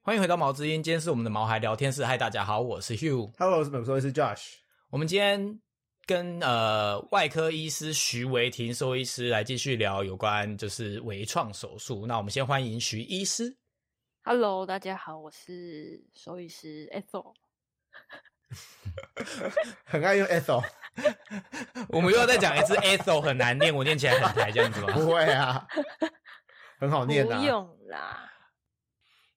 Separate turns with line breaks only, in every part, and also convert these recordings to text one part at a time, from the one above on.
欢迎回到毛之音，今天是我们的毛孩聊天室。嗨，大家好，我是 Hugh。
Hello，我是本兽医师 Josh。
我们今天跟呃外科医师徐维婷兽医师来继续聊有关就是微创手术。那我们先欢迎徐医师。
Hello，大家好，我是兽医师 Ethel。
很爱用 Ethel，
我们又要再讲一次 Ethel 很难念，我念起来很台这样子吗？
不会啊，很好念
不
啊。
用啦，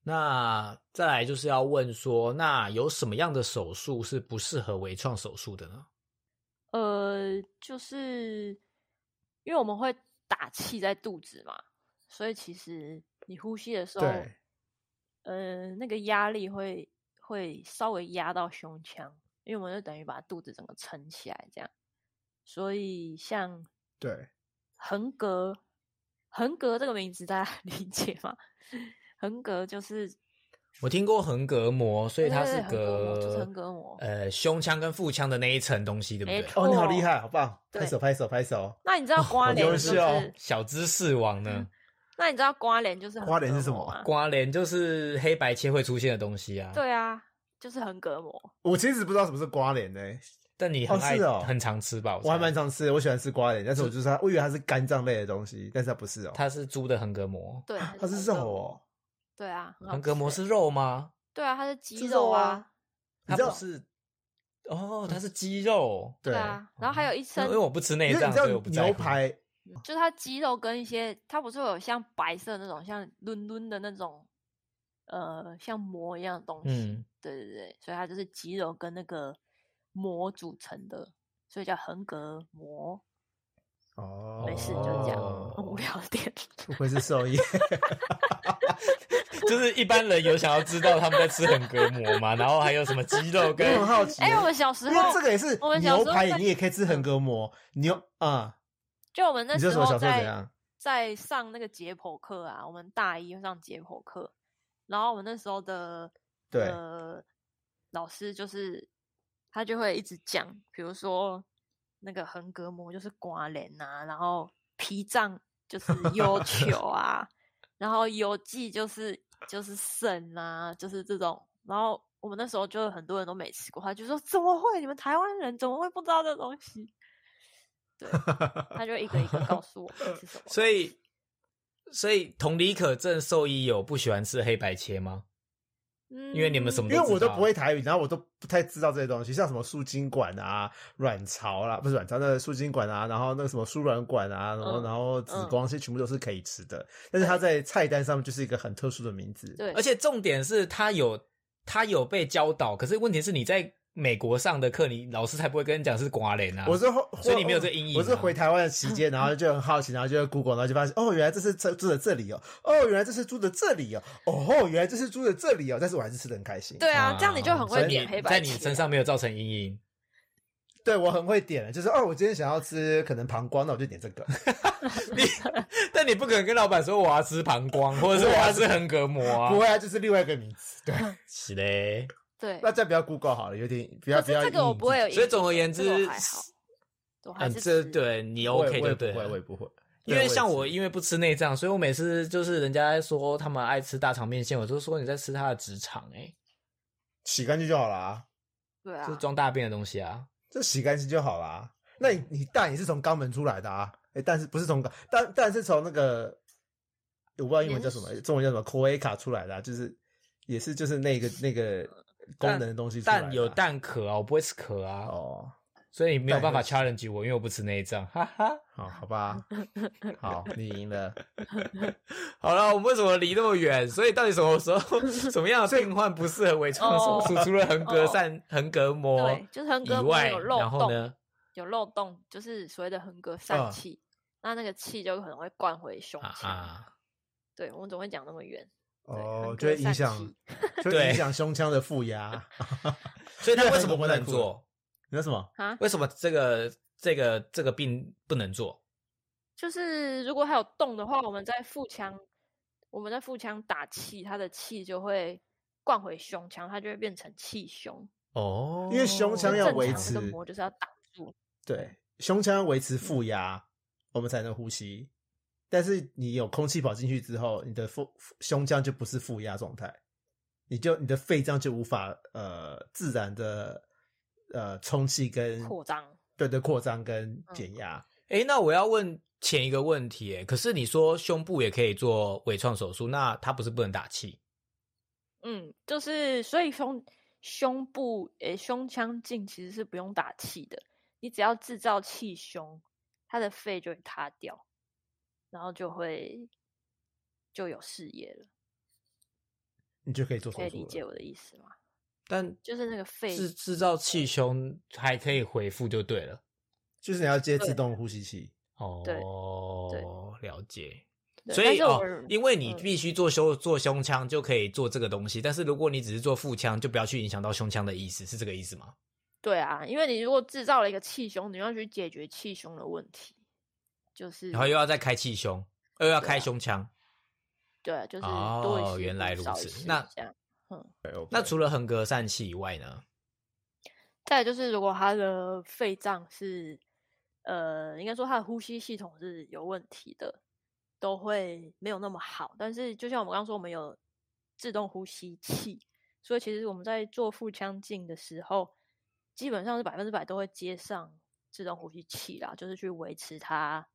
那再来就是要问说，那有什么样的手术是不适合微创手术的呢？
呃，就是因为我们会打气在肚子嘛，所以其实你呼吸的时候，
对，
呃，那个压力会会稍微压到胸腔，因为我们就等于把肚子整个撑起来这样。所以像
对，
横膈，横膈这个名字大家 理解吗？横膈就是
我听过横膈膜，所以它是
对对对横膈膜就是横
隔
膈膜
呃胸腔跟腹腔的那一层东西，对不
没
对？
错
哦，你好厉害，好棒！
对
拍手，拍手，拍手。
那你知道
哦
瓜
好哦
脸
优
是嗯
秀
不是？
小知识王呢？
那你知道瓜脸就是横
瓜脸是
膈
什
膜
么
吗？
瓜脸就是黑白切会出现的东西啊。，
对啊，就是横膈膜。
我其实不知道什么是瓜脸呢、
但你很
哦
爱、
是哦
很常吃吧？
我还蛮
常，
常吃的，我喜欢吃瓜脸，但是我就是它，我以为它是肝脏类的东西，但是它不是哦，
它是猪的横膈膜，
对，
它是
横膈
肉
膜。
哦。
对啊，很好
横膈膜
吃欸
是肉吗？
对啊，它是鸡
是
肉
肉啊
啊，
它
你知
不
道嗯
是哦，它是鸡肉。
对，嗯
啊。然后还有一
因
层
为因为，我不吃内
因为
脏，
你知道
所以我不在乎
牛。排
就是它鸡肉跟一些，它不是会有像白色那种像抡抡的那种，呃，像膜一样的东西。
嗯，
对对对，所以它就是鸡肉跟那个膜组成的，所以叫横膈膜。
哦，
没事，就是这样，很无
哦
聊的 点。
不愧是兽 医，
就是一般人有想要知道他们在吃横膈膜嘛，然后还有什么鸡肉
我
跟
很好奇。
哎、我们小时
因
候
为这个也是
我们小
牛
时候
排，
在
你也可以吃横膈膜。牛啊，
就我们那
你知道
时
什么
候
小时候怎
在
样
在上那个解剖课啊，我们大一上解剖课，然后我们那时候的
对
呃老师就是他就会一直讲，比如说那个横膈膜就是瓜脸呐，然后脾脏就是幽球 啊，然后邮寄就是就是肾啊，就是这种。然后我们那时候就很多人都没吃过，他就说怎么会？你们台湾人怎么会不知道这东西？对，他就一个一个告诉我们是什么。
所以，所以同理可证，兽医有不喜欢吃黑白切吗？
因
因为你们什
嗯
么
因为我
知
都
道
不会台语，然后我都不太知道这些东西，像什么输精管啊、卵巢啦，不是卵巢，那个输精管啊，然后那个什么输卵管啊，然后、
嗯
然后子宫，这些全部都是可以吃的。但是它在菜单上面就是一个很特殊的名字。
对，
而且重点是他有他有被教导，可是问题是你在美国上的课，你老师才不会跟你讲是瓜脸啊。
我是后，
所以你没有这个阴影啊
我是回台湾的期间，然后就很好奇，然后就在 Google，然后就发现，哦，原来这是猪猪的这里哦，哦，原来这是猪的这里哦，哦，原来这是猪的这里哦，但是我还是吃的很开心。
对啊，这样你就很
所
会
以
点
你
黑白啊
在你
切
身上没有造成阴影。
对我很会点的，就是哦，我今天想要吃可能膀胱，那我就点这个。
你，但你不可能跟老板说我要吃膀胱，或者是我要吃横膈膜啊。
不会啊，就是另外一个名字。对，
是嘞。
对。
那再不要 Google 好了，有点不要
可
不
是
要。
这个我不会，有，
所以总而言之
这个我还好，我还
嗯，
是
这
吃
对你
我也
OK
我也
就对
不会，
了
我也不会。
因为像我，
对
因为不吃内脏，所以我每次就是人家说他们爱吃大肠面线，我就说你在吃他的直肠、欸，
洗干净就好啦，
对
哎，
啊
就是，装大便的东西啊。
就洗干净就好啦。那你你蛋也是从肛门出来的啊？哎，但是不是从肛蛋蛋是从那个我不知道英文叫什么，
也是
中文叫什么 cloaca 出来的、啊，就是也是就是那个那个功能的东西出来的啊、
蛋有蛋壳啊，我不会吃壳啊，
哦，
所以你没有办法
蛋
challenge 我，因为我不吃内脏，哈哈。
好好吧， 好，你赢了。
好了，我们为什么离那么远？所以到底什么时 候、什么样的病患不适合微创手术？除了横膈散、横膈膜
对，就是横
以
膈膜
外，
有漏
然后
洞
呢，，
有漏洞，就是所谓的横膈
嗯
疝气，那那个气就可能会灌回胸
啊
腔。
啊，对
对，我们总会讲那么远，对
哦
横，
就会
膈
影
疝
响
气，
就会
对
影响胸腔的负压。
所以他为什么
那
不
个很
能做？
你说什么？
啊。
为什么这个、这个、这个病不能做？
就是如果它有洞的话，我们在腹腔，我们在腹腔打气，它的气就会灌回胸腔，它就会变成气胸。
哦，
因为胸腔
正
要
常
维
这个
持
膜就是要挡住，
对，胸腔要维持负压，我们才能呼吸。但是你有空气跑进去之后，你的腹腹胸腔就不是负压状态，你就你的肺这样就无法呃自然的呃充气跟
扩张，嗯
对对扩张跟减压。
哎，那我要问前一个问题，哎，可是你说胸部也可以做微创手术，那它不是不能打气？
嗯，就是所以胸胸部诶、胸腔镜其实是不用打气的，你只要制造气胸，它的肺就会塌掉，然后就会就有视野了。
你就可以做手
可以
术
理解
了。
我的意思吗？
但
就是那个肺
制制造气胸还可以回复就对了。
就是你要接
对
自动呼吸 器，
哦，
对
了解。
对
所
但
以
是
哦
我们，
因为你
嗯
必须做胸做胸腔就可以做这个东西，但是如果你只是做腹腔，就不要去影响到胸腔的意思，是这个意思吗？
对啊，因为你如果制造了一个气胸，你要去解决气胸的问题，就是
然后又要再开气胸，又要
对啊
开胸腔。
对，啊就是
哦
多一事
原
不
来如
少一
此
事
那
这样。
那除了横膈疝气以外呢？
再来就是，如果他的肺脏是，呃，应该说他的呼吸系统是有问题的，都会没有那么好。但是就像我们刚刚说，我们有自动呼吸器，所以其实我们在做腹腔镜的时候，基本上是百分之百都会接上自动呼吸器啦，就是去维持它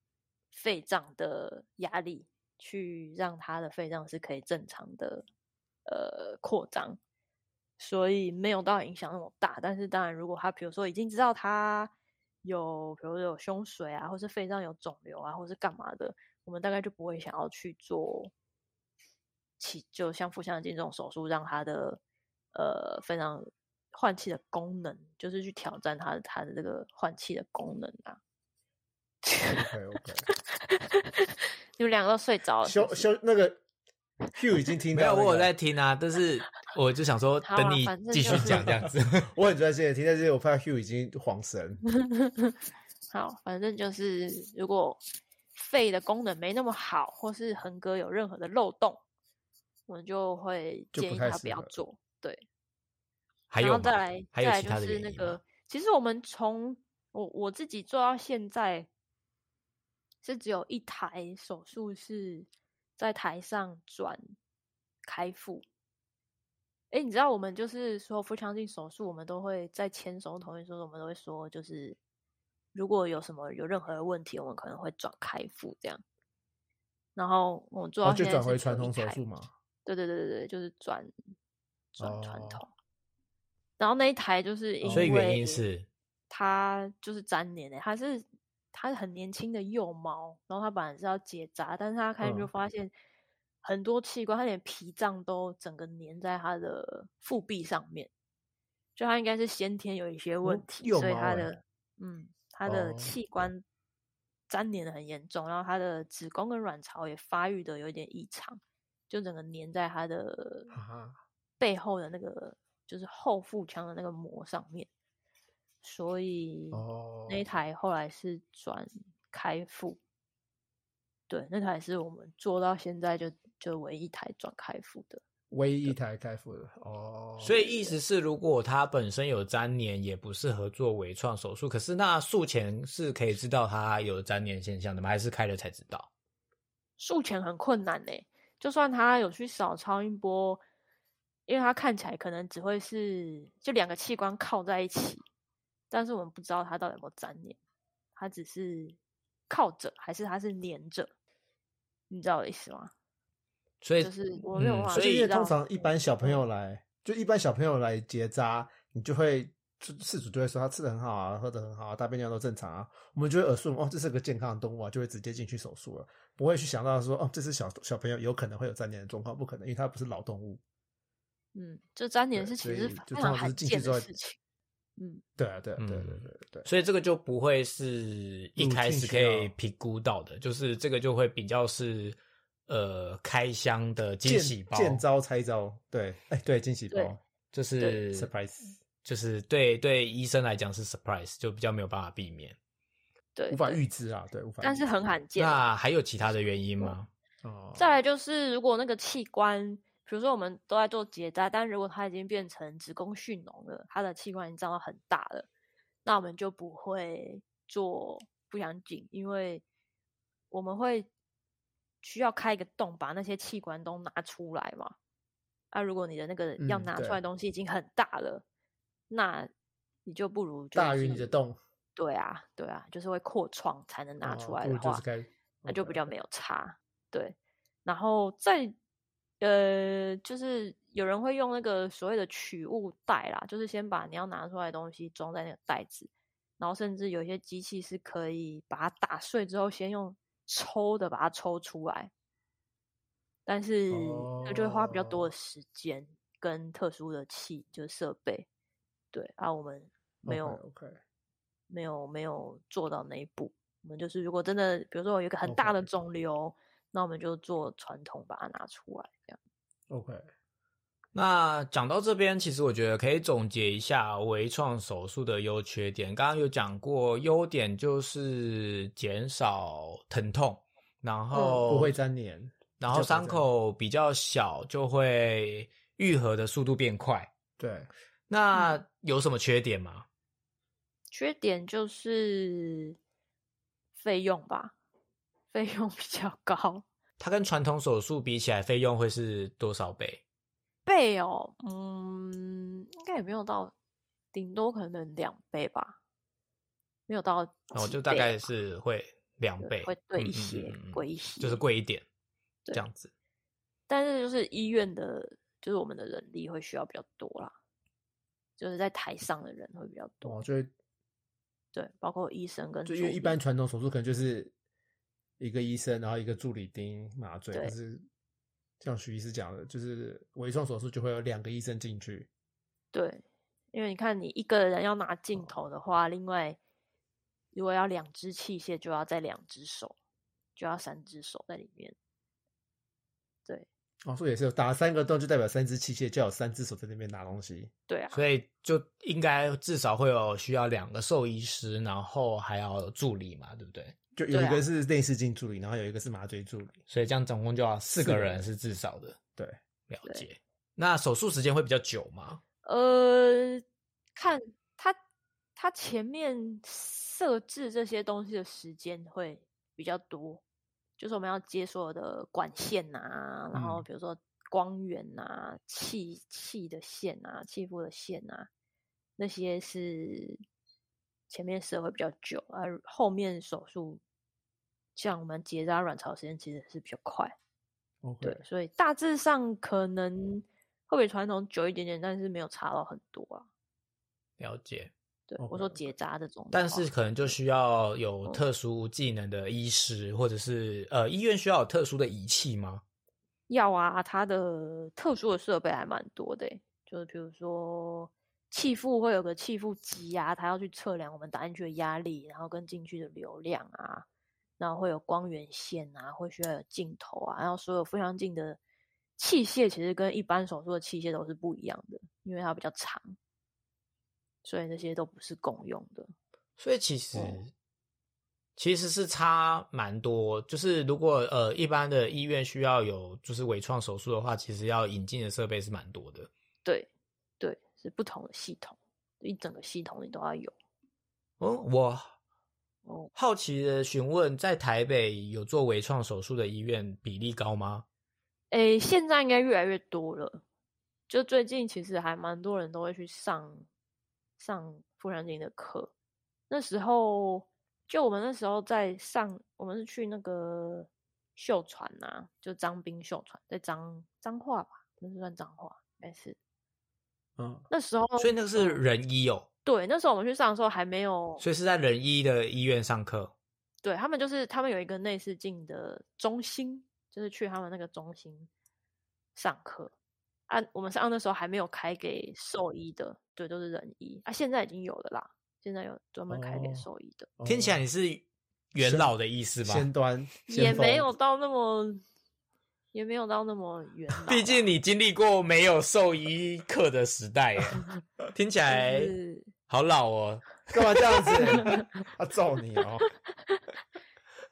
肺脏的压力，去让它的肺脏是可以正常的呃扩张。所以没有到影响那么大。但是当然，如果他比如说已经知道他有，比如说有胸水啊，或是肺脏有肿瘤啊，或是干嘛的，我们大概就不会想要去做其就像腹腔镜这种手术，让他的呃非常换气的功能，就是去挑战他他的这个换气的功能啊。
OK OK，
你们两个都睡着了是
修
不是，
修那个 Hugh 已经听
没有，
到、
我有在，听啊，但 是我就想说，
好啊
等你
反正
继续
就是
讲这样子。
我很专心的听，但是我发现 Hugh 已经晃神。
好，反正就是如果肺的功能没那么好，或是横膈有任何的漏洞，我们就会
就
建
不
议
太
他
适
不要
合
做。对，
还
然
有
后再
吗
来，
还
再
有
来
其他
就
的
是
原
那
因吗
个，其实我们从我我自己做到现在，是只有一台手术是在台上转开腹。哎，你知道我们就是说腹腔镜手术，我们都会在签手术同意书的时候，我们都会说，就是如果有什么有任何的问题，我们可能会转开腹这样。然后我
哦
们做
然
到
后就
现在
转
是
回
只
传
有
统
一
手
台
术嘛。
对对对对对，就是转转传
哦
统。然后那一台就是因为
所以原因是
它就是粘连的、它是它是很年轻的幼猫，然后它本来是要结扎，但是它开始就
嗯
发现很多器官，它连脾脏都整个粘在它的腹壁上面，就它应该是先天有一些问
哦
题，
幼
所以
猫
它
欸
的嗯它的
哦
器官粘连的很严重，然后它的子宫跟卵巢也发育的有一点异常。就整个粘在它的
啊，
背后的那个就是后腹腔的那个膜上面，所以
哦，
那一台后来是转开腹，对，那台是我们做到现在就就唯一一台转开腹的，
唯一一台开腹的哦，
所以意思是，如果它本身有粘连，也不适合做微创手术。可是那术前是可以知道它有粘连现象的吗？还是开了才知道？
术前很困难呢、就算他有去扫超音波，因为他看起来可能只会是就两个器官靠在一起，但是我们不知道他到底有没有粘连，他只是靠着还是他是连着，你知道我的意思吗？
所以
啊就是我没有
嗯
办法
所
所
以
以
知
因为
道
通常一般小朋友来，就一般小朋友来结扎，你就会就事主就会说他吃的很好啊，喝的很好啊，大便尿都正常啊，我们就会耳顺哦，这是个健康的动物啊，就会直接进去手术了，不会去想到说哦，这是小小朋友有可能会有粘连的状况，不可能，因为它不是老动物。
嗯，这粘连
对
是其
所
实
以
非
就通常
常
都
罕
是进去
见
之
的
后
事情。嗯，
对啊，对啊，对啊对啊对啊
嗯
对啊对啊。
所以这个就不会是一开始可
入
以
境需要
评估到的，就是这个就会比较是呃开箱的惊喜
见
包，
见招拆招，对，哎，对，惊喜包
对
就是
对
surprise
就是对对医生来讲是 surprise，就比较没有办法避免。
对，
无法
对
预知啊，对，无法预知。
但是很罕见啊。
那还有其他的原因吗？
哦，
再来就是，如果那个器官，比如说我们都在做结扎，但如果它已经变成子宫蓄脓了，它的器官已经长到很大了，那我们就不会做腹腔镜，因为我们会需要开一个洞把那些器官都拿出来嘛。啊，如果你的那个要
嗯
拿出
对
来的东西已经很大了，那你就不如就
大于你
是
的洞
对啊，对啊，就是会扩创才能拿
哦
出来
不
的
如就
话，
是该嗯
那就比
OK，
较没有差。对，然后再呃，就是有人会用那个所谓的取物袋啦，就是先把你要拿出来的东西装在那个袋子，然后甚至有一些机器是可以把它打碎之后，先用抽的把它抽出来，但是那就会花比较多的
哦
时间跟特殊的器，就是设备。对啊，我们没有
OK，
没有没有做到那一步。我们就是如果真的，比如说有一个很大的
OK
肿瘤，那我们就做传统把它拿出来，这样。
OK，
哦那讲到这边，其实我觉得可以总结一下微创手术的优缺点。刚刚有讲过，优点就是减少疼痛，
嗯
然后、
不会粘连，
然后伤口比较小，就会愈合的速度变快。
对，
嗯
那有什么缺点吗？
缺点就是费用吧，费用 比较高。
它跟传统手术比起来，费用会是多少倍？
倍哦，嗯，应该也没有到，顶多可能两倍吧，没有到
然后
几
哦就大
倍
概
吧
是会两
对
倍，
会贵
嗯
一
嗯
些，
嗯嗯
贵一些，
就是贵一点，这
对
样子。
但是就是医院的，就是我们的人力会需要比较多啦，就是在台上的人会比较多，
哦，就会
对，包括医生跟
就
助
因为一
理
般传统手术可能就是一个医生，然后一个助理盯麻醉，
对
可是像徐医师讲的，就是微创手术就会有两个医生进去，
对，因为你看你一个人要拿
哦
镜头的话，另外如果要两只器械，就要再两只手，就要三只手在里面，
哦，所以也是有打三个洞就代表三只器械，就要有三只手在那边拿东西，
对啊，
所以就应该至少会有需要两个兽医师，然后还要有助理嘛，对不对？
就有
对
一
啊
个是内视镜助理，然后有一个是麻醉助理，
所以这样总共就要四
四
个
个
人
人
是至少的，
对，
了
对
解。那手术时间会比较久吗？
呃，看他他前面设置这些东西的时间会比较多，就是我们要接所有的管线啊，然后
嗯
比如说光源啊、气气的线啊、气腹的线啊，那些是前面设会比较久，而后面手术像我们结扎卵巢时间其实是比较快。对
OK，，
所以大致上可能会比传统久一点点，但是没有差到很多啊。
了解，
对我说
OK，OK
结扎这种的话，
但是可能就需要有
嗯
特殊技能的医师，或者是呃医院需要有特殊的仪器吗？
药啊，它的特殊的设备还蛮多的欸、就是比如说气腹会有个气腹机啊，它要去测量我们打进去的压力，然后跟进去的流量啊，然后会有光源线啊，会需要有镜头啊，然后所有腹腔镜的器械其实跟一般手术的器械都是不一样的，因为它比较长，所以这些都不是共用的。
所以其实、
哦
其实是差蛮多，就是如果呃一般的医院需要有就是微创手术的话，其实要引进的设备是蛮多的。
对，对，是不同的系统，一整个系统你都要有。
哦，我
哦，
好奇的询问，在台北有做微创手术的医院比例高吗？
诶，现在应该越来越多了。就最近其实还蛮多人都会去上上妇产经的课。那时候，就我们那时候在上，我们是去那个秀传啊，就张斌秀传，在彰彰化吧，那是算彰化，应该是
嗯，
那时候。
所以那个是仁医哦，
对，那时候我们去上的时候还没有，
所以是在仁医的医院上课。
对他们就是他们有一个内视镜的中心，就是去他们那个中心上课。啊，我们上的时候还没有开给兽医的，对，都是人医啊，现在已经有了啦，现在有专门开给
哦
兽医的，
听起来
哦
你是元老的意思吧？
先端
也
先锋
没有到那么，也没有到那么远。
毕竟你经历过没有兽医课的时代 耶，听起来
就是
好老哦。
干嘛这样子？ 他揍你哦，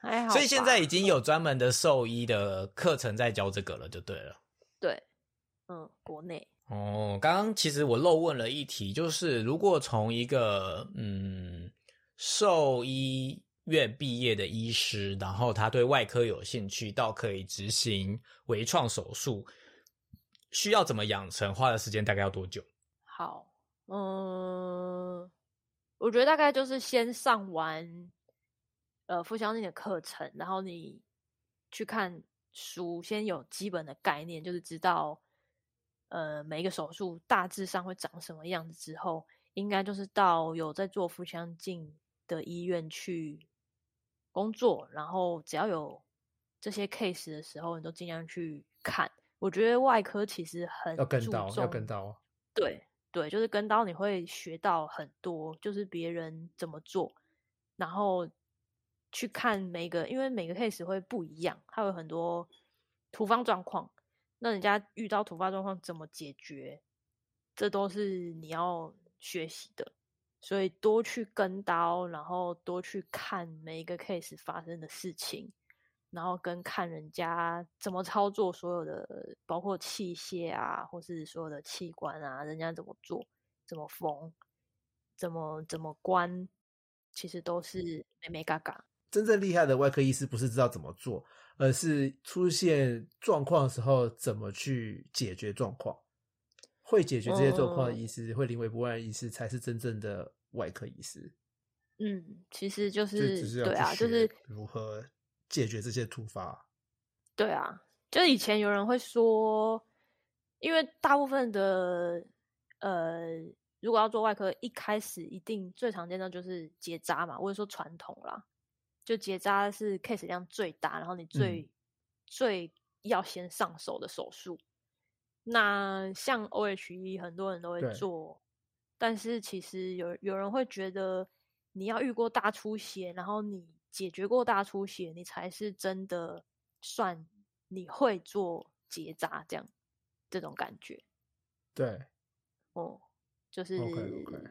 还好吧，
所以现在已经有专门的兽医的课程在教这个了，就对了。
对，嗯，国内
哦，刚刚其实我漏问了一题，就是如果从一个嗯兽医院毕业的医师，然后他对外科有兴趣，到可以执行微创手术，需要怎么养成，花的时间大概要多久？
好，嗯，我觉得大概就是先上完呃腹腔镜的课程，然后你去看书，先有基本的概念，就是知道呃每一个手术大致上会长什么样子之后，应该就是到有在做腹腔镜的医院去工作，然后只要有这些 case 的时候，你都尽量去看。我觉得外科其实 很
要跟
注
到，要
重
跟到啊。
对对，就是跟刀你会学到很多，就是别人怎么做，然后去看每个，因为每个 case 会不一样，它有很多突发状况，那人家遇到突发状况怎么解决，这都是你要学习的。所以多去跟刀，然后多去看每一个 case 发生的事情，然后跟看人家怎么操作所有的，包括器械啊，或是所有的器官啊，人家怎么做、怎么缝、怎么怎么关，其实都
嗯
是美美嘎嘎。
真正厉害的外科医师不是知道怎么做，而是出现状况的时候怎么去解决状况。会解决这些状况
嗯
的医师，会临危不乱的医师，才是真正的外科医师。
嗯，其实就
就是只是要
对
去
啊，
学
就是
如何解决这些突发。
对啊，就以前有人会说，因为大部分的呃，如果要做外科，一开始一定最常见的就是结扎嘛，或者说传统啦，就结扎是 case 量最大，然后你最、最要先上手的手术。那像 OHE 很多人都会
对
做，但是其实有有人会觉得你要遇过大出血，然后你解决过大出血，你才是真的算你会做结扎这样这种感觉
对，
哦。就是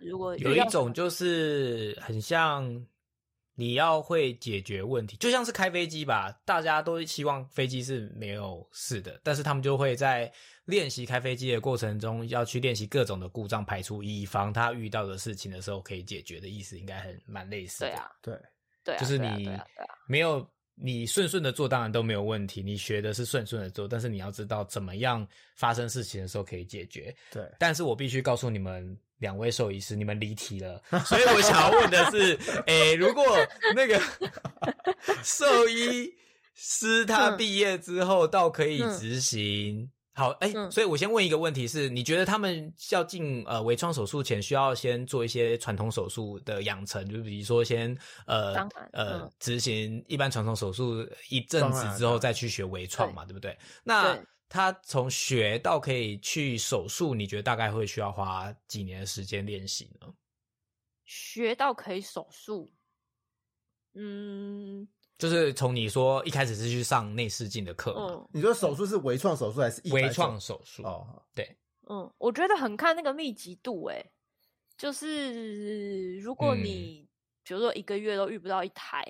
如果
有
遇
一
到什
种
么
就是很像你要会解决问题，就像是开飞机吧，大家都希望飞机是没有事的，但是他们就会在练习开飞机的过程中，要去练习各种的故障排除，以防他遇到的事情的时候可以解决的意思，应该很蛮类似的。
对啊，
对，
对啊，
就是
对啊
你
对啊对啊
没有你顺顺的做，当然都没有问题。你学的是顺顺的做，但是你要知道怎么样发生事情的时候可以解决。
对，
但是我必须告诉你们两位兽医师，你们离题 了。所以我想要问的是， 诶、如果那 个兽医师他
嗯
毕业之后到可以
嗯
执行。好，诶，
嗯
所以我先问一个问题是：你觉得他们要进呃微创手术前，需要先做一些传统手术的养成，就比如说先呃
当然
呃
嗯
执行一般传统手术一阵
当
子
然
之后，
当
再去学微创
对
嘛，对不对？那
对
他从学到可以去手术，你觉得大概会需要花几年的时间练习呢？
学到可以手术，嗯
就是从你说一开始是去上内视镜的课嘛，
嗯
你说手术是微创手术还是一般
微
手
创手术，
哦，
嗯，我觉得很看那个密集度、欸，就是如果
嗯
你、比如说一个月都遇不到一台，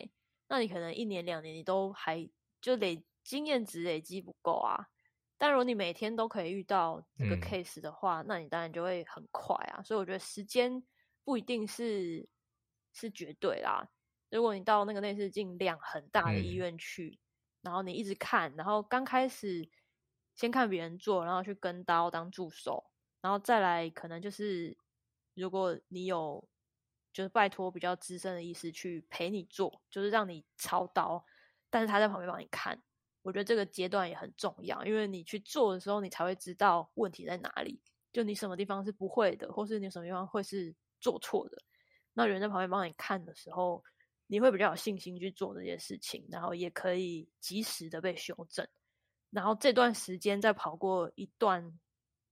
那你可能一年两年你都还就累经验值累积不够啊。但如果你每天都可以遇到这个
嗯
case 的话，那你当然就会很快啊。所以我觉得时间不一定是是绝对啦。如果你到那个内视镜量很大的医
嗯
院去，然后你一直看，然后刚开始先看别人做，然后去跟刀当助手，然后再来可能就是如果你有就是拜托比较资深的医师去陪你做，就是让你操刀，但是他在旁边帮你看。我觉得这个阶段也很重要，因为你去做的时候，你才会知道问题在哪里，就你什么地方是不会的，或是你什么地方会是做错的。那有人在旁边帮你看的时候，你会比较有信心去做这些事情，然后也可以及时的被修正。然后这段时间再跑过一段，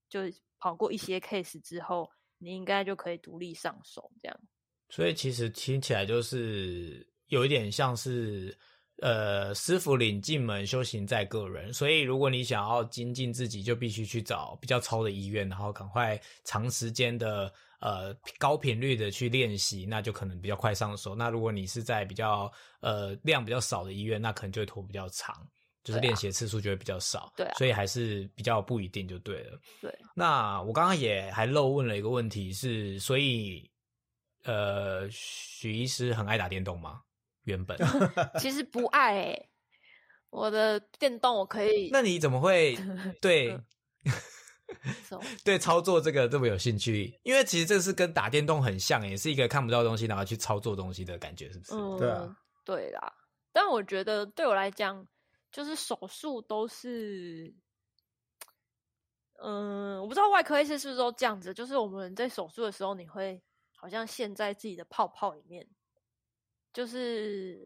就是跑过一些 case 之后，你应该就可以独立上手。这样，
所以其实听起来就是有一点像是。呃，师傅领进门，修行在个人。所以，如果你想要精进自己，就必须去找比较超的医院，然后赶快长时间的呃高频率的去练习，那就可能比较快上手。那如果你是在比较呃量比较少的医院，那可能就会拖比较长，就是
对啊
练习的次数就会比较少。
对啊
所以还是比较不一定就对了。
对，
那我刚刚也还漏问了一个问题是，所以呃，许医师很爱打电动吗？原 本，
其实不爱、欸、我的电动，我可以 嗯
那你怎么会对
手
对操作这个这么有兴趣，因为其实这是跟打电动很像，也是一个看不到东西然后去操作东西的感觉，是不是？
嗯，
对啊
对啦。但我觉得对我来讲，就是手术都是，嗯，我不知道外科医师是不是都这样子，就是我们在手术的时候，你会好像陷在自己的泡泡里面，就是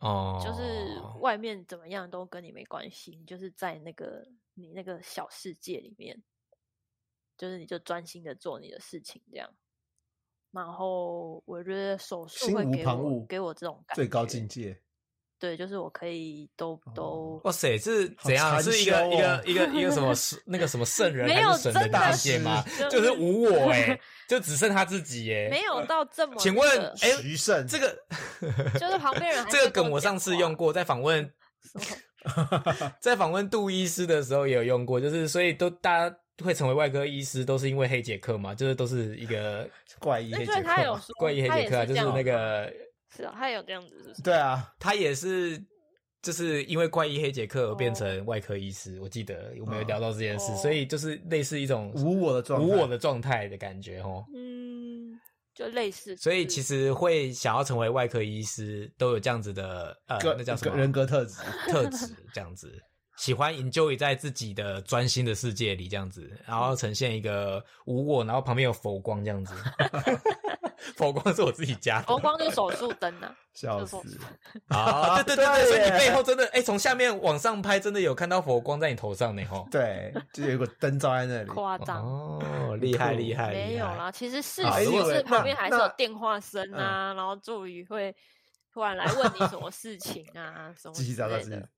哦，
就是外面怎么样都跟你没关系，你就是在那个你那个小世界里面，就是你就专心的做你的事情这样。然后我觉得手术
心
会
无
给
旁
我
骛，
给我这种感
最高
觉
境界。
对，就是我可以都
哦
都、
哇塞，是怎样？
好
是一
禅
个一
修哦
个一个一个什 么是那个什么圣人
没
还
有
是神
真的
的界限吗？
是
就是无 我哎、
就
就
是
只剩他自己哎、
没有到这么的。
请问哎
徐胜，
这个
就是旁 边人还
这个
啊在跟
梗
我
我上
讲
次
话
用过，在访问
什么
在访问杜医师的时候也有用过，就是所以都大家会成为外科医师，都是因为黑杰克嘛，就是都是一个
怪医
那
黑
所以
杰
他
克
有
嘛
说，
怪异
他
黑杰
也
克啊，
是
就
这
是
样
那
子吗
个
是啊，他也有这样子，是不是？
对啊，
他也是就是因为怪异黑杰克而变
哦
成外科医师，我记得我们有
嗯
聊到这件事，
哦
所以就是类似一种
无我的状态
无我的状态的感觉哦。
嗯，就类似。
所以其
实
实会想要成为外科医师，都有这样子的呃，
个
那叫什么
个人格特质。
特质，这样子喜欢 enjoy 在自己的专心的世界里这样子，然后呈现一个无我，然后旁边有佛光这样子。 佛光是我自己加的
红光就手术灯 啊，
笑
就
死
说！
啊， 对对对对，
对
所以你
耶
背后真的哎，从下面往上拍，真的有看到佛光在你头上呢吼。
对，就有个灯照在那里。
夸张。
哦，厉害
酷
厉害，
没
厉
有
害
啦，其实是
好
是
anyway，
是旁
那
边还是有
那嗯
电话声啊，然后助理会突然来问你什么事情啊，什么
叽叽
之
喳喳
类
叽叽
的，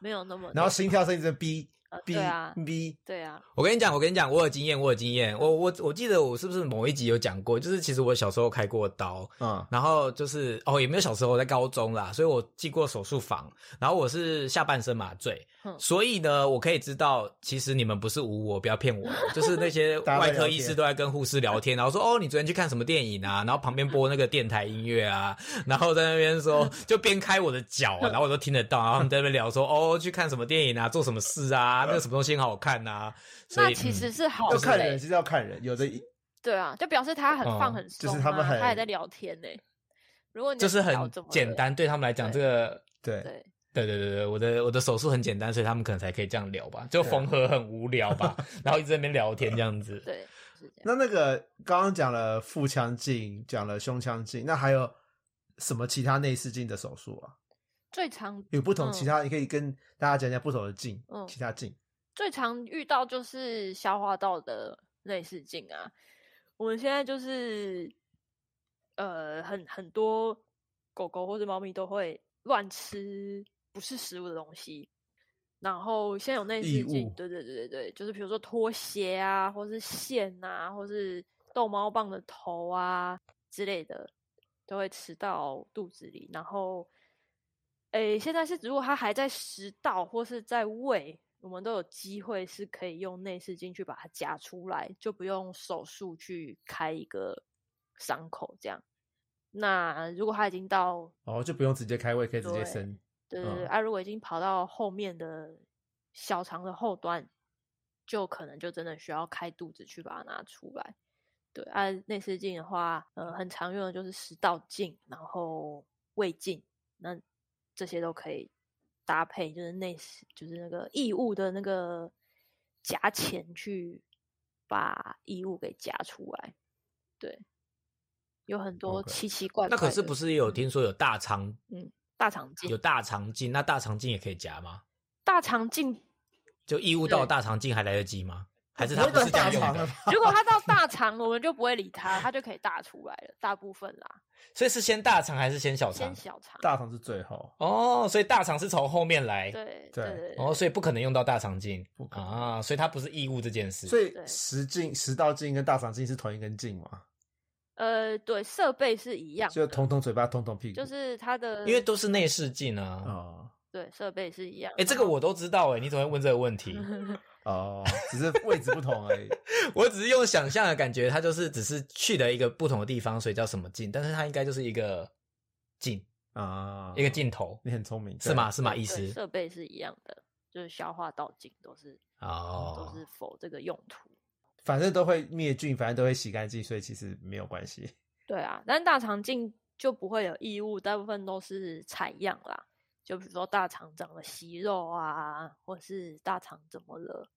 没有那么的。
然后心跳声一直哔
呃对啊
哔哔，
对啊，
我跟你讲，我跟你讲，我有经验，我有经验。我我我记得我是不是某一集有讲过，就是其实我小时候开过刀，
嗯，
然后就是哦，也没有小时候，我在高中啦，所以我进过手术房，然后我是下半身麻醉，
嗯
所以呢，我可以知道，其实你们不是无我，不要骗我，就是那些
大家在
外科
聊
医师
天
都在跟护士聊天，然后说哦，你昨天去看什么电影啊？然后旁边播那个电台音乐啊，然后在那边说就边开我的脚、啊，然后我都听得到，然后他们在那边聊说哦，去看什么电影啊，做什么事啊，那个什么东西很好看啊，所
那
以
其
嗯
实是好
要
的
看
欸
人，其实要看人，有的
对啊，就表示他很放
嗯
很
就
松
是
啊，
他们
他也
很
在聊天呢。如果你
就
在
是很
聊怎么
简
了，
单，对他们来讲这
对
个。
对，
对
对，
对对对，我的我的手术很简单，所以他们可能才可以这样聊吧，就缝合很无聊吧，然后一直在那边聊天这样子。
对，是这样。
那那个刚刚讲了腹腔镜，讲了胸腔镜，那还有什么其他内视镜的手术啊？
最常
有不同
嗯
其他，你可以跟大家讲讲不同的镜
嗯，
其他镜。
最常遇到就是消化道的内视镜啊。我们现在就是，呃，很很多狗狗或者猫咪都会乱吃不是食物的东西，然后现在有内
异
视镜
物，
对对对对对，就是比如说拖鞋啊，或是线啊，或是逗猫棒的头啊之类的，都会吃到肚子里。然后，诶，现在是如果它还在食道或是在胃，我们都有机会是可以用内视镜去把它夹出来，就不用手术去开一个伤口这样。那如果它已经到
哦，就不用直接开胃，可以直接
对
生。
对对对，
嗯
啊，如果已经跑到后面的小肠的后端，就可能就真的需要开肚子去把它拿出来。对，啊，内视镜的话，呃，很常用的就是食道镜，然后胃镜，那这些都可以搭配，就是内视，就是那个异物的那个夹钳去把异物给夹出来。对，有很多
OK
奇奇怪怪
那
的。
可是不是也有听说有大肠
嗯大肠镜
有？大肠镜？那大肠镜也可以夹吗？
大肠镜
就异物到
对
大肠镜还来得及吗？还是
不
它
会
不
到
是这
大
样用
肠
的
了？吧？
如果他到大肠，我们就不会理他，他就可以大出来了，大部分啦，
所以是先大肠还是先小肠
先？小肠。
大肠是最后，
哦，所以大肠是从后面来。
对
对
对
哦，所以不可能用到大肠镜
不可能
啊，所以它不是异物这件事。
所以
对
食镜、食道镜跟大肠镜是同一根镜嘛？
呃，对，设备是一样的，
就通通嘴巴，通通屁股，
就是它的，
因为都是内视镜啊。
哦
对设备是一样。
哎，这个我都知道哎，你怎么会问这个问题？
哦，只是位置不同 而已。
我只是用想象的感觉，它就是只是去了一个不同的地方，所以叫什么镜，但是它应该就是一个镜，
啊，
一个镜头，
你很聪明，
是吗？？是
是
吗？
马
意思
设备是一样的，就是消化道菌都是
哦
都，是否这个用途。
反正都会灭菌，反正都会洗干净，所以其实没有关系。
对啊，但大肠镜就不会有异物，大部分都是采样啦。就比如说大肠长了息肉啊，或是大肠怎么了，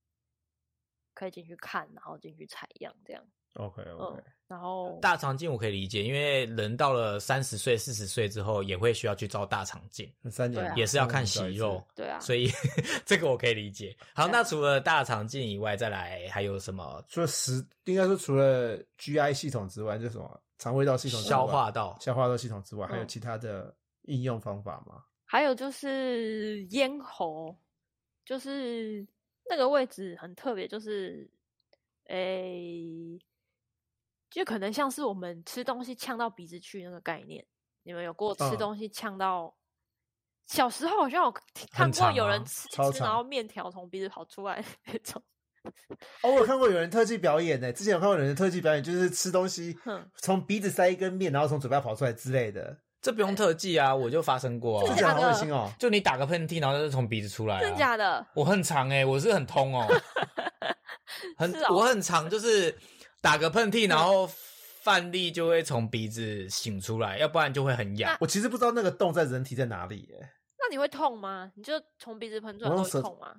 可以进去看，然后进去采样这样。
OK OK，、
嗯然后
大肠镜我可以理解，因为人到了三十岁、四十岁之后，也会需要去照大肠镜，
三
对
年
啊
也是要看息肉，
对啊，
所以这个我可以理解。好，
对啊
那除了大肠镜以外，再来还有什么
除了食，应该说除了 GI 系统之外，就是什么肠胃道系统之外、
消化道？
消化道系统之外，还有
嗯
其他的应用方法吗？
还有就是咽喉，就是那个位置很特别，就是诶、就可能像是我们吃东西呛到鼻子去那个概念。你们有过吃
嗯
东西呛到？小时候好像有听
很
看过有
长
人
啊
吃
超
一吃，然
长
后面条从鼻子跑出来那种。嗯
哦，我有看过有人特技表演呢、欸之前有看过有人特技表演，就是吃东西
哼
从鼻子塞一根面，然后从嘴巴跑出来之类的，
这不用特技啊，我就发生过、
这
真
啊
的，假
样
的
好恶心哦！
就你打个喷嚏，然后就从鼻子出来、啊，
真假的？
我很长哎、我是很通哦，很、
是哦
我很长，就是打个喷嚏，然后饭粒就会从鼻子醒出来，要不然就会很痒。
我其实不知道那个洞在人体在哪里欸耶、
那你会痛吗？你就从鼻子喷出来
我
会
用舌
痛吗？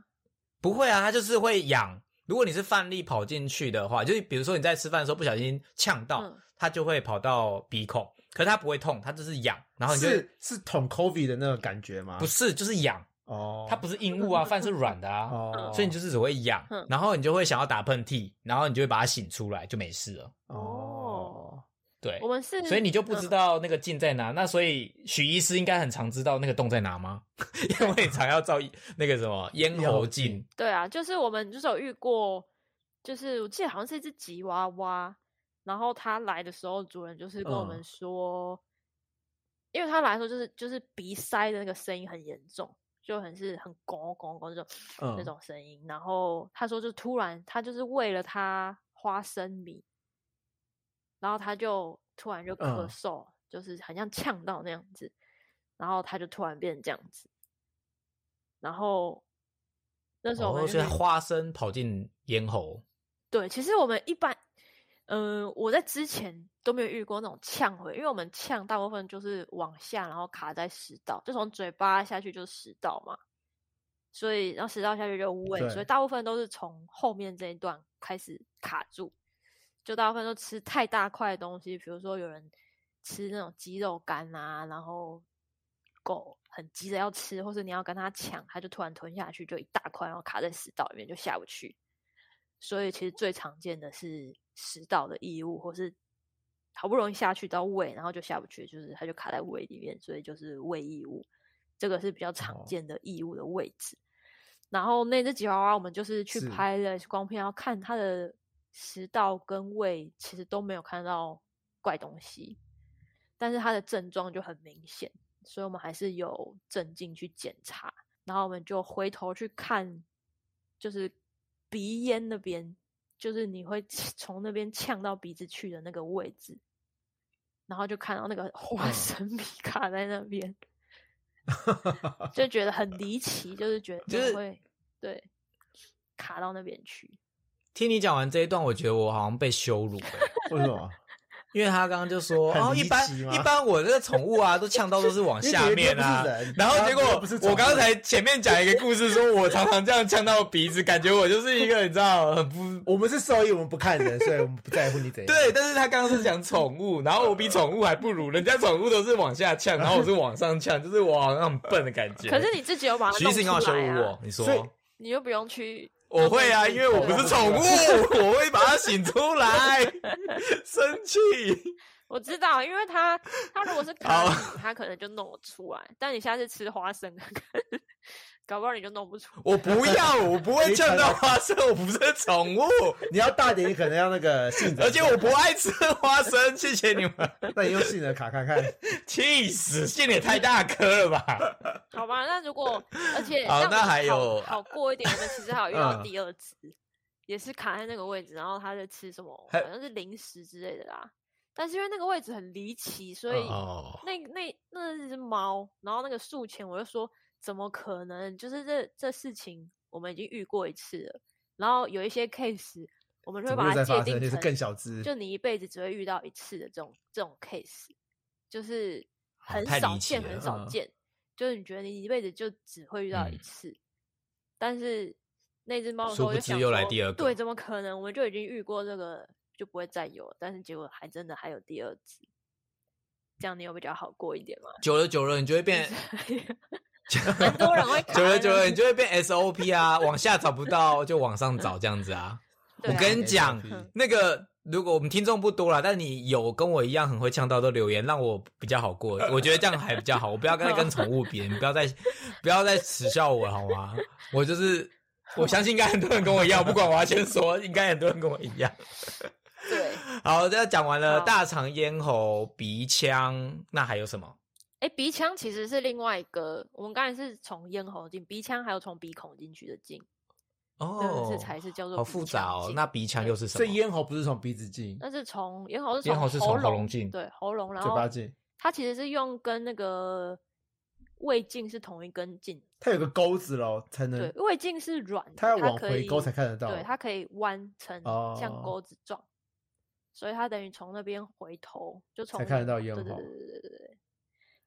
不会啊，它就是会痒。如果你是饭粒跑进去的话，就是比如说你在吃饭的时候不小心呛到，
嗯
它就会跑到鼻孔，可是它不会痛，它就是痒，然后你就是
是捅 COVID 的那种感觉吗？
不是就是痒，
哦，
它不是硬物啊，饭是软的啊，
哦，
所以你就是只会痒
嗯，
然后你就会想要打喷嚏，然后你就会把它醒出来，就没事了。
哦，
对
我，们是，
所以你就不知
嗯
道那个镜在哪。那所以许医师应该很常知道那个洞在哪吗？ 因为常要照那个什么咽喉镜，
对啊，就是我们就是有遇过，就是我记得好像是一只吉娃娃，然后它来的时候，主人就是跟我们
嗯
说，因为它来的时候就是就是鼻塞的那个声音很严重，就很是很拱拱拱这种、
嗯
那种声音，然后他说就突然他就是喂了它花生米，然后他就突然就咳
嗯
嗽，就是很像呛到那样子，然后他就突然变成这样子，然后那时候我们
哦，
就
所以
是
花生跑进咽喉，
对，其实我们一般，嗯、我在之前都没有遇过那种呛回，因为我们呛大部分就是往下，然后卡在食道，就从嘴巴下去就是食道嘛，所以然后食道下去就无味，所
对
以大部分都是从后面这一段开始卡住，就大部分都吃太大块的东西，比如说有人吃那种鸡肉干啊，然后狗很急着要吃，或是你要跟它抢，它就突然吞下去，就一大块，然后卡在食道里面就下不去。所以其实最常见的是食道的异物，或是好不容易下去到胃，然后就下不去，就是它就卡在胃里面，所以就是胃异物，这个是比较常
哦
见的异物的位置。然后那只吉娃娃，我们就是去
是
拍了光片，要看它的食道跟胃，其实都没有看到怪东西，但是它的症状就很明显，所以我们还是有镇静去检查，然后我们就回头去看，就是鼻咽那边，就是你会 从那边呛到鼻子去的那个位置，然后就看到那个花
嗯
生米卡在那 边，就觉得很离奇，就是觉得
就
怎么
是
会对卡到那边去。
听你讲完这一段，我觉得我好像被羞辱了，
为 什么？
因为他刚刚就说，
很
哦，
离
一般
奇吗
一般我这个宠物啊，都呛到都是往下面啊
因为你又不是人，
然后结果
然后又不是宠物
我刚才前面讲一个故事，说我常常这样呛到鼻子，感觉我就是一个你知道很不
我们是兽医，我们不看人，所以我们不在乎你怎样。
对，但是他刚刚是讲宠物，然后我比宠物还不如，人家宠物都是往下呛，然后我是往上呛，就是我好像很笨的感觉。
可是你自己有把它
徐
弄
医生要
出
羞
来
辱
啊
我，，你
所以
说
你又不用去。
我会啊，因为我不是宠物，我会把它醒出来，生气。
我知道，因为它它如 果是卡
好
你，它可能就弄得出来。但你下次吃花生看看， 搞不好你就弄不出来。
我不要，我不会呛到花生，我不是宠物，
你要大点，你可能要那个信的，
而且我不爱吃花生。谢谢你们，
那你用信的卡看看。
气死，信也太大颗了吧？
好吧，那如果而且
好
让
那
我
还有
好好过一点，我们其实还有遇到
嗯
第二只，也是卡在那个位置，然后他在吃什么，好
还
像是零食之类的啦。但是因为那个位置很离奇，所以
哦，
那那那只猫，然后那个术前我就说怎么可能？就是这这事情我们已经遇过一次了，然后有一些 case 我们就
怎
会
么
把
又
它
在
界
发生？
定
就是
成
更小资，
就你一辈子只会遇到一次的这种这种 case，就是
哦
很
太
少
离奇
见，
了
很少
嗯
见。就是你觉得你一辈子就只会遇到一
嗯
次，但是那只猫的时
殊
候我
不
就想
知又来
说
第二
对，
个
怎么可能？我们就已经遇过这个，就不会再有了。但是结果还真的还有第二只，这样你有比较好过一点吗？
久了久了，你就会变，
蛮多人会卡
久了
在
久
那
了，
里
你就会变 SOP 啊， 往下找不到就往上找这样子啊。
对
我
啊
跟你讲
SOP，
那个，如果我们听众不多啦，但你有跟我一样很会呛到的留言，让我比较好 过。我觉得这样还比较好，我不要再跟宠物比，你不要再 不要再耻笑我好吗？我就是，我相信应该很多人跟我一样，不管我要先说，应该很多人跟我一样。
对，
好，这样讲完了
好
大肠、咽喉、鼻腔，那还有什么？
哎，鼻腔其实是另外一个，我们刚才是从咽喉进，鼻腔还有从鼻孔进去的进，这个
哦
是，才是叫做
好
鼻
复
腔
杂哦。
镜
那鼻腔又是什
所
么？
以咽喉不是从鼻子进，
但是从咽喉是
咽喉是从
喉
喉咙进
对喉咙，然
嘴
后
巴进，
它其实是用跟那个胃镜是同一根筋，
它有个钩子咯，才
对
能，
胃镜是软的，
它要往
可
回
以
勾才看得到。
对，它可以弯成像
哦
钩子状，所以它等于从那边回头就从
才看得到
对
咽
对对
喉
对对对。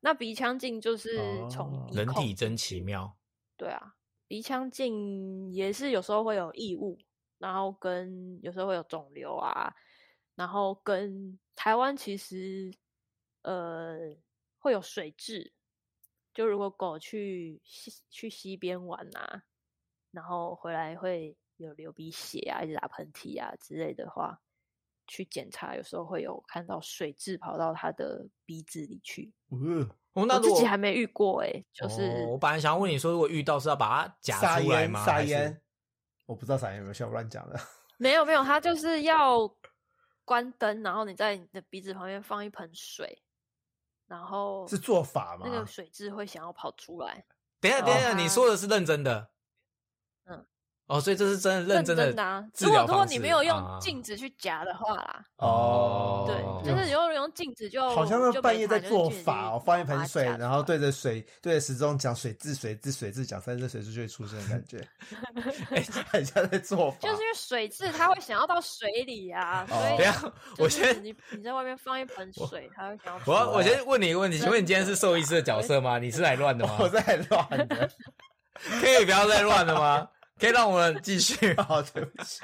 那鼻腔镜就是从
哦
鼻
人
孔
体真
进
奇
去
妙。
对啊，鼻腔镜也是有时候会有异物，然后跟有时候会有肿瘤啊，然后跟台湾其实呃会有水蛭，就如果狗去溪去溪边玩啊，然后回来会有流鼻血啊，一直打喷嚏啊之类的话，去检查有时候会有看到水蛭跑到它的鼻子里去，
呃
哦，那
我
如
自
果
己还没遇过哎、就是。
哦，我本来想要问你说，如果遇到是要把它夹
撒
出来
盐
吗？
撒
还是
盐，我不知道撒盐有没有效，我乱讲的。
没有没有，它就是要关灯，然后你在你的鼻子旁边放一盆水，然后
是做啊法吗
那？个水蛭会想要跑出来，
等一下，
哦
等一下，
它
你说的是认真的，
嗯，
哦，所以这是真的认真
真
的
啊。
治
如果
疗
如果
方
你
式
没有
啊
用镜子去夹的话啦，
哦
对，就
有
是你用用镜子
哦
就
好像
就是
半
没
夜
差
在
就是
做
镜子
法
去
哦，放一
把
盆
它
水，
夹
然后
出来
对着水对着时钟讲水质水质水质，讲三次水质就会出声的感 觉，哎很像在做法。
就是因为水蛭它会想要到水里啊，所
哦
以
等一下，
就
我
是啊
先
你你在外面放一盆水，它会想要出
我
来。
要我先问你一个问题，
真
请问你今天是兽医师的角色吗？你是来乱的吗？
我在乱的，
可以不要再乱了吗？可以让我们继续。
好哦对不起，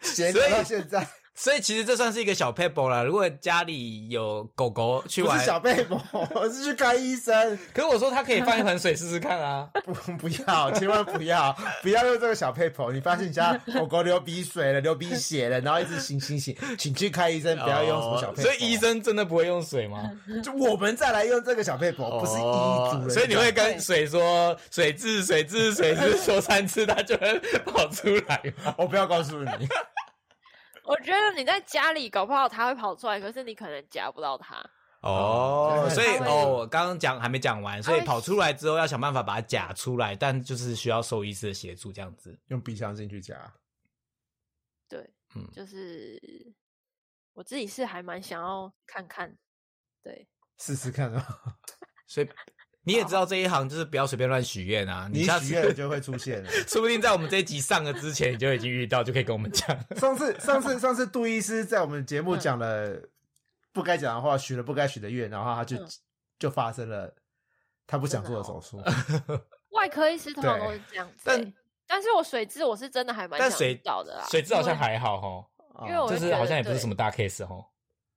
闲
所以
聊到现在
所以其实这算是一个小 paper 啦。如果家里有狗狗去
不
玩
是，小贝博，我是去看医生，
可是我说它可以放一盆水试试看啊。
不不要，千万不要，不要用这个小配头。你发现你家狗狗流鼻水了，流鼻血了，然后一直醒醒醒，请去看医生，不要用什么小啊
哦
配头。
所以医生真的不会用水吗？
就我们再来用这个小配头，哦不是医主
哦
人。
所以你会
对
跟水说水蛭、水蛭、水蛭说三次，它就会跑出来吗？
哦我不要告诉你，
我觉得你在家里搞不好它会跑出来，可是你可能夹不到它。
哦，
对
所以
它会
哦，我刚刚讲还没讲完，所以跑出来之后要想办法把它夹出来，但就是需要兽医师的协助这样子。
用鼻腔进去夹。
对，
嗯
就是我自己是还蛮想要看看，对，
试试看啊，
所以你也知道这一行就是不要随便乱许愿啊，
你
下
许愿了
次
就会出现了。
说不定在我们这一集上了之前，你就已经遇到，就可以跟我们讲。
上次上 次上次杜医师在我们节目讲了不该讲的话，许了不该许的愿，然后他就
嗯
就发生了他不想做的手术。
哦外科医师通常都
对
是这样子欸、
呃但
但是我水质我是真的还蛮
但
想
水
遇到的啦，
水蛭
因
好像
为
还好哈，
哦
因啊为我
就
会
是
觉
好
得
像也不是
对
什么大 case 哈。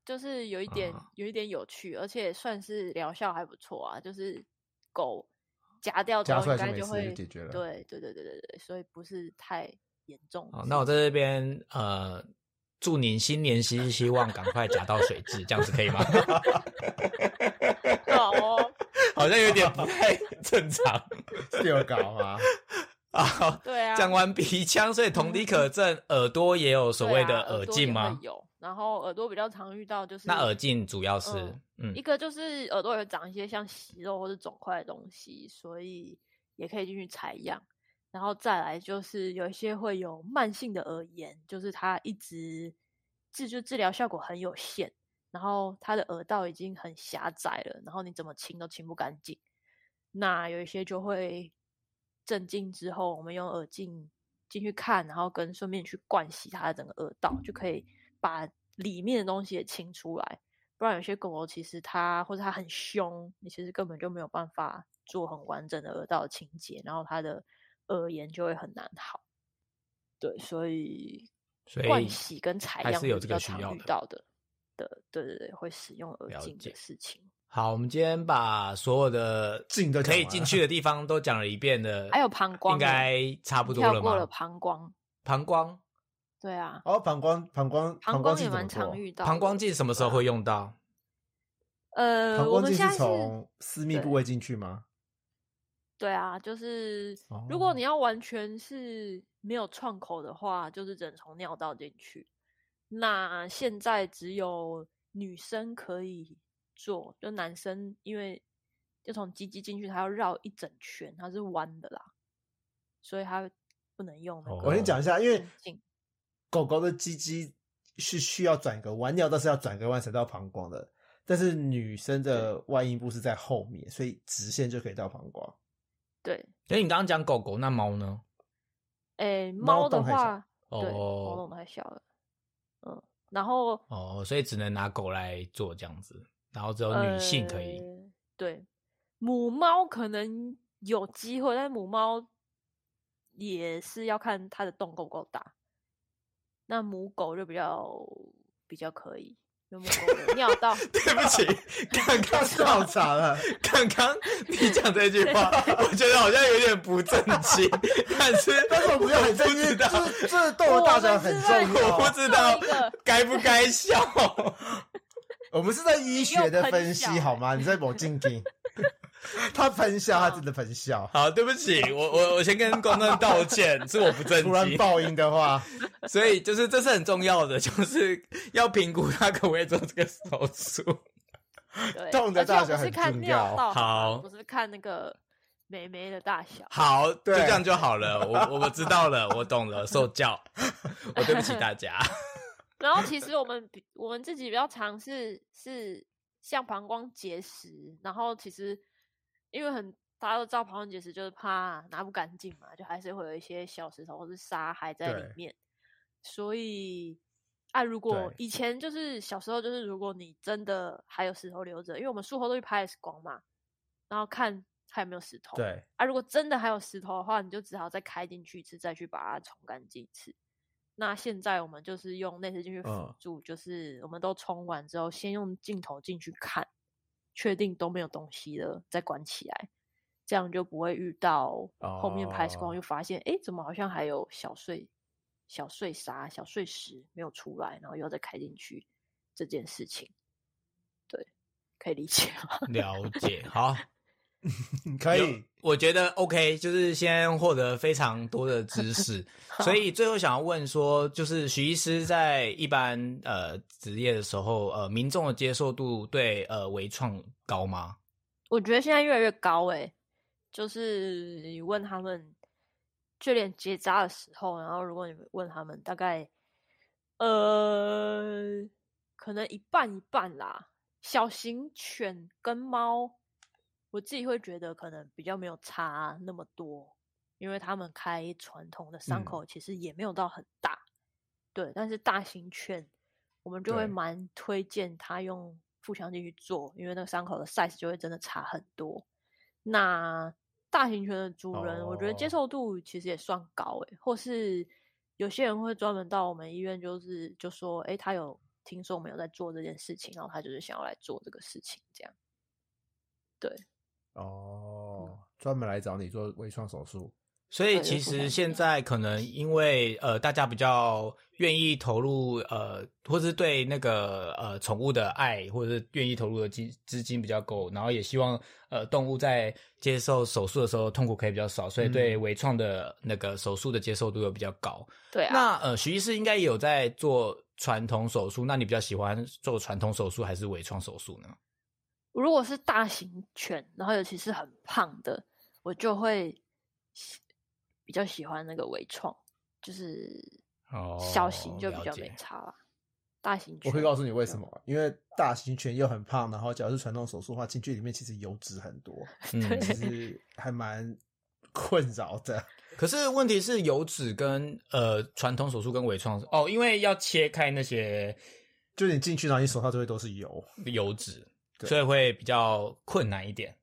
就是有一点、
啊
有一点有趣，而且算是疗效还不错啊，就是狗夹掉之
夹
后
出来
应
就
该
没
就
事
会
就解决了
对对对对对对，所以不是太严重的
好啊
事情。，
哦那我在这边呃，祝您新年新希望，赶快夹到水蛭，这样子可以 吗？
好哦，
好像有点不太正 常。
是有搞吗？
好，
对啊，
讲完鼻腔，所以同理可证，耳朵也有所
对
谓
啊
的
耳
耳
朵
镜
也会
吗？
有，然后耳朵比较常遇到就是
那耳镜主要是嗯
一个就是耳朵有长一些像息肉或者肿块的东西，所以也可以进去采样。然后再来就是有一些会有慢性的耳炎，就是它一直治就治疗效果很有限，然后它的耳道已经很狭窄了，然后你怎么清都清不干净。那有一些就会镇静之后，我们用耳镜进去看，然后跟顺便去灌洗它的整个耳道，就可以把里面的东西也清出来。不然有些狗狗其实它或者它很凶，你其实根本就没有办法做很完整的耳道清洁，然后它的耳炎就会很难好。对，所以
所以
灌洗跟采
还
样
是有
比
这
较
个需
常
要
遇
的。
到的。的对对对，会使用耳
了
镜
解
的事情，
好，我们今天把所有的
进都讲
可以
完
进
了
去的地方都讲了一遍的，
还有膀胱
应
欸
该差
你
不多
跳
了
过
吗？
了膀胱，
膀胱，
对啊，
哦，膀胱膀胱 胱
膀胱也
镜怎
蛮
么
常
做？
遇到。
膀胱，镜什么时候会用到？
呃，
膀
我
胱
们
镜
现在
是
是
从私密
对
部位进去吗？
对啊，就是如
哦
果你要完全是没有创口的话，就是只能从尿道进去。那现在只有女生可以做，就男生因为就从鸡鸡进去，他要绕一整圈，它是弯的啦，所以他不能用那
哦
我
个
先讲一下，因为
眼镜
狗狗的鸡鸡是需要转个弯，尿道是要转个弯才到膀胱的，但是女生的外阴部是在后面，所以直线就可以到膀胱。
对，
哎，你刚刚讲狗狗，那猫呢？
诶，
猫
猫的
洞太小
话，对，猫
哦
笼太小了，嗯，然后
哦，所以只能拿狗来做这样子，然后只有女性可以。
呃对，母猫可能有机会，但母猫也是要看它的洞够不够大。那母狗就比较比较可以，因为母狗的尿 道
对不起，刚刚
跳槽了，啊
刚刚你讲这句话，我觉得好像有点不正 经，但是
但是我不要很
不
正
知
经，
道，
这这动物大小很重
我
要哦
不。知道
上一个
该不该笑。
我们是在医学的分析
你又喷笑
好吗？你在某静静， 他喷笑，他真的喷笑。
好，对不起，我我我先跟观众道歉，是我不正
突然
经。
爆音 的话，
所以就是这是很重要的，就是要评估他可不可以做这个手术。
对，
洞的
而且
大
我
小
们是
很
看
重
尿
要
道好
好
吗，不是看那个美眉的大小。
好，就
对
这样就好 了。我我我知道了，我懂了，受教。 我对不起大家。
然后其实我们比我们自己比较尝试是像膀胱结石，然后其实因为很大家都知道膀胱结石就是怕拿不干净嘛，就还是会有一些小石头或是沙还在里
对
面，所以啊，如果
对
以前就是小时候就是如果你真的还有石头留着，因为我们术后都去拍 X 光嘛，然后看还有没有石头，
对，
啊，如果真的还有石头的话，你就只好再开进去一次，再去把它冲干净一次。那现在我们就是用内视镜去辅
嗯
助，就是我们都冲完之后，先用镜头进去看，确定都没有东西了，再关起来，这样就不会遇到后面拍 X 光
哦
又发现，哎、怎么好像还有小碎、小碎沙、小碎石没有出来，然后又再开进去这件事情，对，可以理解吗？
了解，好，
可
有
以。
我觉得 OK，就是先获得非常多的知识， 所以最后想要问说，就是许医师在一般呃职业的时候，呃，民众的接受度对呃微创高吗？
我觉得现在越来越高诶、就是你问他们，就连结扎的时候，然后如果你问他们，大概呃，可能一半一半啦。小型犬跟猫，我自己会觉得可能比较没有差那么多，因为他们开传统的伤
嗯
口其实也没有到很大，对。但是大型犬我们就会
对
蛮推荐他用腹腔镜去做，因为那个伤口的 size 就会真的差很多。那大型犬的主人，我觉得接
哦
受度其实也算高诶、或是有些人会专门到我们医院，就是就说，诶、他有听说我们有在做这件事情，然后他就是想要来做这个事情，这样。
哦，专门来找你做微创手术。
所以
对
其
有嗯所
实
改变
现在可能因为呃大家比较愿意投入呃，或是对那个呃宠物的爱，或者是愿意投入的金资金比较够，然后也希望呃动物在接受手术的时候痛苦可以比较少，所以对
嗯
微创的那个手术的接受度又比较高。
对啊，
那呃，徐医师应该也有在做传统手术，那你比较喜欢做传统手术还是微创手术呢？
如果是大型犬，然后尤其是很胖的，我就会喜比较喜欢那个微创，就是
哦
小型就比
了
较
解
没差啦。大型
我会
犬
告诉你为什么，因为大型犬又很胖，然后假如是传统手术的话，进去里面其实油脂很多，
嗯，
其 实还蛮困扰的。
可是问题是油脂跟呃传统手术跟微创哦，因为要切开那些
就你进去，然后你手上就会都是油，
油脂，
对
所以会比较困难一点。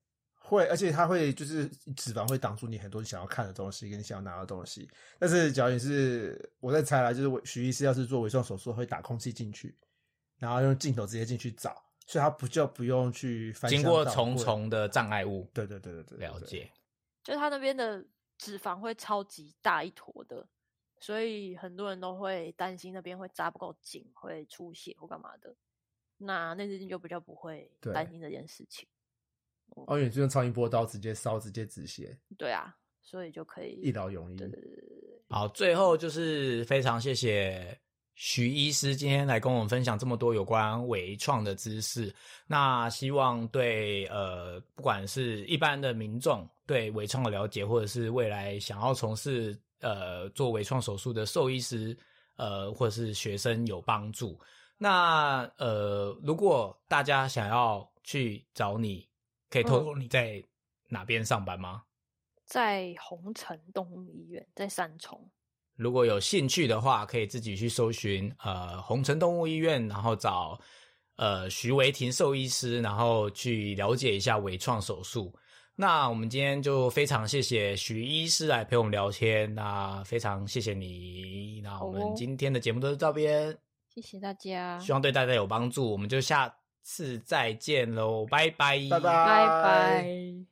会，而且它会就是脂肪会挡住你很多你想要看的东西跟你想要拿的东西。但是假如你是我在猜啦，就是我徐医师要是做微创手术，会打空气进去，然后用镜头直接进去找，所以他不就不用去翻
经
箱
过
倒
重
柜。
重的障碍物，
对对对对对，对
了。解。
就他那边的脂肪会超级大一坨的，所以很多人都会担心那边会扎不够紧，会出血或干嘛的。那内视镜就比较不会
对
担心这件事情，
哦，远就用超音波刀直接烧，直接止血，
对啊，所以就可以
一劳永逸。
对对对对对
好，最后就是非常谢谢徐医师今天来跟我们分享这么多有关微创的知识。那希望对呃，不管是一般的民众对微创的了解，或者是未来想要从事呃做微创手术的兽医师，呃，或者是学生有帮助。那呃，如果大家想要去找你，可以透
嗯
过你在哪边上班吗？
在红城动物医院，在三重，
如果有兴趣的话，可以自己去搜寻呃红城动物医院，然后找呃徐维婷兽医师，然后去了解一下微创手术。那我们今天就非常谢谢徐医师来陪我们聊天，那非常谢谢你。那我
好
们
哦
今天的节目就到这边，
谢谢大家，
希望对大家有帮助，我们就下次再见喽，拜拜，
拜拜
拜拜。